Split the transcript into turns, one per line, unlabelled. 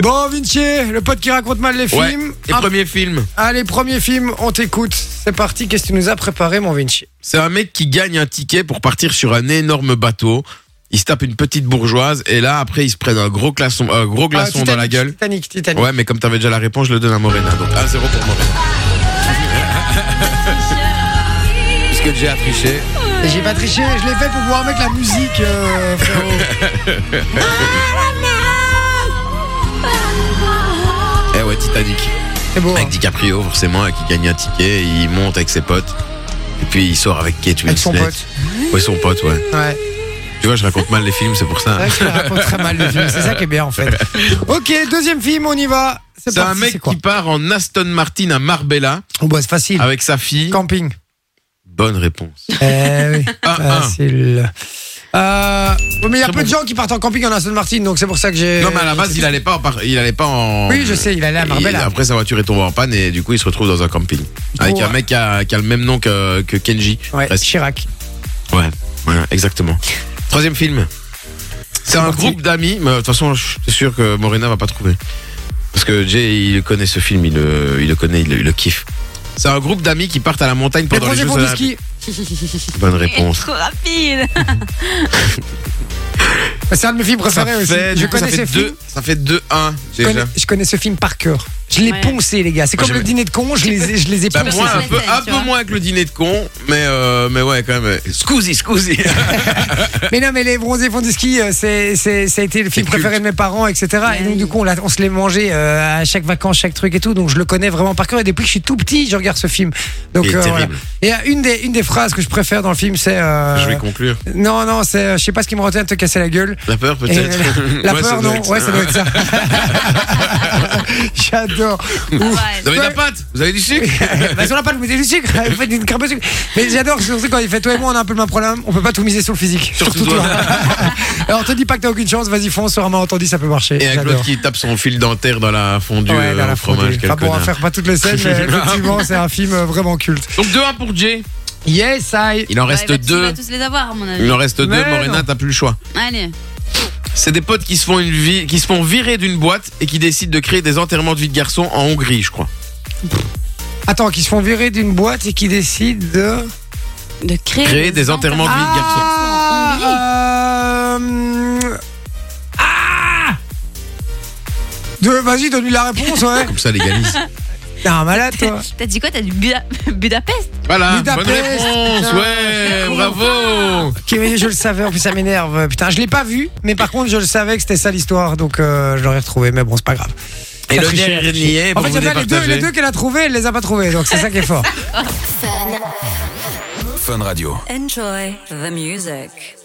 Bon, Vinci, le pote qui raconte mal les
Ouais.
films.
Et
Ah,
premier film.
Allez, premier film, on t'écoute. C'est parti, qu'est-ce que tu nous as préparé, mon Vinci
C'est un mec qui gagne un ticket pour partir sur un énorme bateau. Il se tape une petite bourgeoise et là après il se prennent un gros glaçon, un gros
Ah,
glaçon dans
Titanic,
la gueule.
Titanic, Titanic.
Ouais, mais comme t'avais déjà la réponse, je le donne à Morena. Donc 1-0 pour Morena. Puisque j'ai triché.
Et J'ai pas triché, je l'ai fait pour pouvoir mettre la musique, euh, frérot.
Eh ouais, Titanic.
C'est beau. hein.
Avec DiCaprio, forcément, qui gagne un ticket. Il monte avec ses potes. Et puis il sort avec Kate Winslet.
Avec son pote.
Ouais, son pote, ouais.
Ouais.
Tu vois, je raconte mal les films, c'est pour ça.
C'est vrai que je raconte très mal le film, c'est ça qui est bien en fait. Ok, deuxième film, on y va. C'est
C'est un
parti,
mec
c'est quoi
qui Ah part en Aston Martin à Marbella
Oh, bah, c'est facile.
avec sa fille.
Camping.
Bonne réponse.
Eh oui,
Ah, ah.
facile. Euh, ouais, mais il y a
Très
peu de gens qui partent en camping en Aston Martin, donc c'est pour ça que j'ai.
Non, mais à la base, il allait pas en. par- Il allait pas en...
Oui, je sais, il allait à
Il-
Marbella.
Après, sa voiture est tombée en panne et du coup, il se retrouve dans un camping. Avec
Ouais.
un mec qui a, qui a le même nom que, que Kenji.
Ouais,
Presque.
Chirac.
Ouais, voilà, exactement. Troisième film. C'est un
parti.
groupe d'amis, mais de toute façon, je suis sûr que Morena va pas trouver. Parce que Jay, il connaît ce film, il le, il le connaît, il le, il le kiffe. C'est un groupe d'amis qui partent à la montagne
Les
pendant
projets
les Jeux
pour du
Olympiques.
ski.
Bonne réponse.
Trop rapide.
Bah, C'est un de mes films
Ça
préférés aussi.
fait,
Je
du coup, ça
connais ce
fait
film.
deux- ça fait 2-1
Je
déjà.
connais, je connais ce film par cœur. Je l'ai
Ouais.
poncé, les gars. C'est
Moi,
comme
j'ai-
le dîner de con, je les ai, je les ai
Bah,
poncés.
moins, un
c'est
peu,
la scène,
un
tu
peu
vois.
moins que le dîner de con, mais, euh, mais ouais, quand même. Scusi, scusi.
Mais non, mais les bronzés font du ski, euh, c'est, c'est, ça a été le film
culte.
préféré de mes parents, etc. et donc,
Bah oui.
du coup, on, l'a- on se l'est mangé euh, à chaque vacances, chaque truc et tout. Donc, je le connais vraiment par cœur. Et depuis que je suis tout petit, je regarde ce film. Donc,
Il est
voilà.
terrible.
Et euh, une, des, une des phrases que je préfère dans le film, c'est. euh,
Je vais conclure.
non, non, c'est. euh, Je sais pas ce qui me retient de te casser la gueule.
La peur,
Et euh,
peut-être.
la, la
Ouais, ça
peur,
doit
non.
être
Ouais,
ça.
ça doit être ça. J'adore.
Pas mal.
Vous avez de la pâte Vous avez du sucre
bah, sur la pâte, vous mettez du sucre, vous faites une crêpe au sucre. Mais j'adore, surtout quand il fait toi et moi, on a un peu le même problème, on peut pas tout miser sur le physique.
Surtout toi.
Alors, te dis pas que t'as aucune chance, vas-y, fonce sur un malentendu, ça peut marcher.
Et avec l'autre
J'adore.
qui tape son fil dentaire dans la fondue
Ouais,
euh,
dans la
au fromage.
fondue.
quel
Enfin bon, on va
connard.
faire pas toutes les scènes, mais effectivement, c'est un film euh, vraiment culte.
Donc 2-1 pour Jay.
Yes, I.
Il en
Ouais,
reste
bah, Tu vas
deux.
tous les avoir, à mon avis.
Il en reste deux.
Mais
Morena,
non.
t'as plus le choix.
Allez.
C'est des potes qui se font une vie, qui se font virer d'une boîte et qui décident de créer des enterrements de vie de garçons en Hongrie, je crois.
Attends, qui se font virer d'une boîte et qui décident de.
De créer,
Créer des enterrements de vie de garçons.
Ah, euh, ah De- Vas-y, donne-lui la réponse, ouais.
Comme ça, les légalise.
T'es un malade, toi.
Ah, T'as dit quoi T'as du Buda- Budapest
Voilà. Bonne
Budapest. Ah,
réponse.
Putain.
Ouais. Bravo.
Ok, mais je le savais, en plus ça m'énerve. Putain, je l'ai pas vu, mais par contre, je le savais que c'était ça l'histoire, donc euh, je l'aurais retrouvé, mais bon, c'est pas grave.
Et
Ça
le
trichait, elle a triché.
dernier,
En
pour
fait,
vous
il y en a les deux,
départager.
les deux qu'elle a trouvés, elle les a pas trouvés, donc c'est ça qui est fort.
Enjoy the music.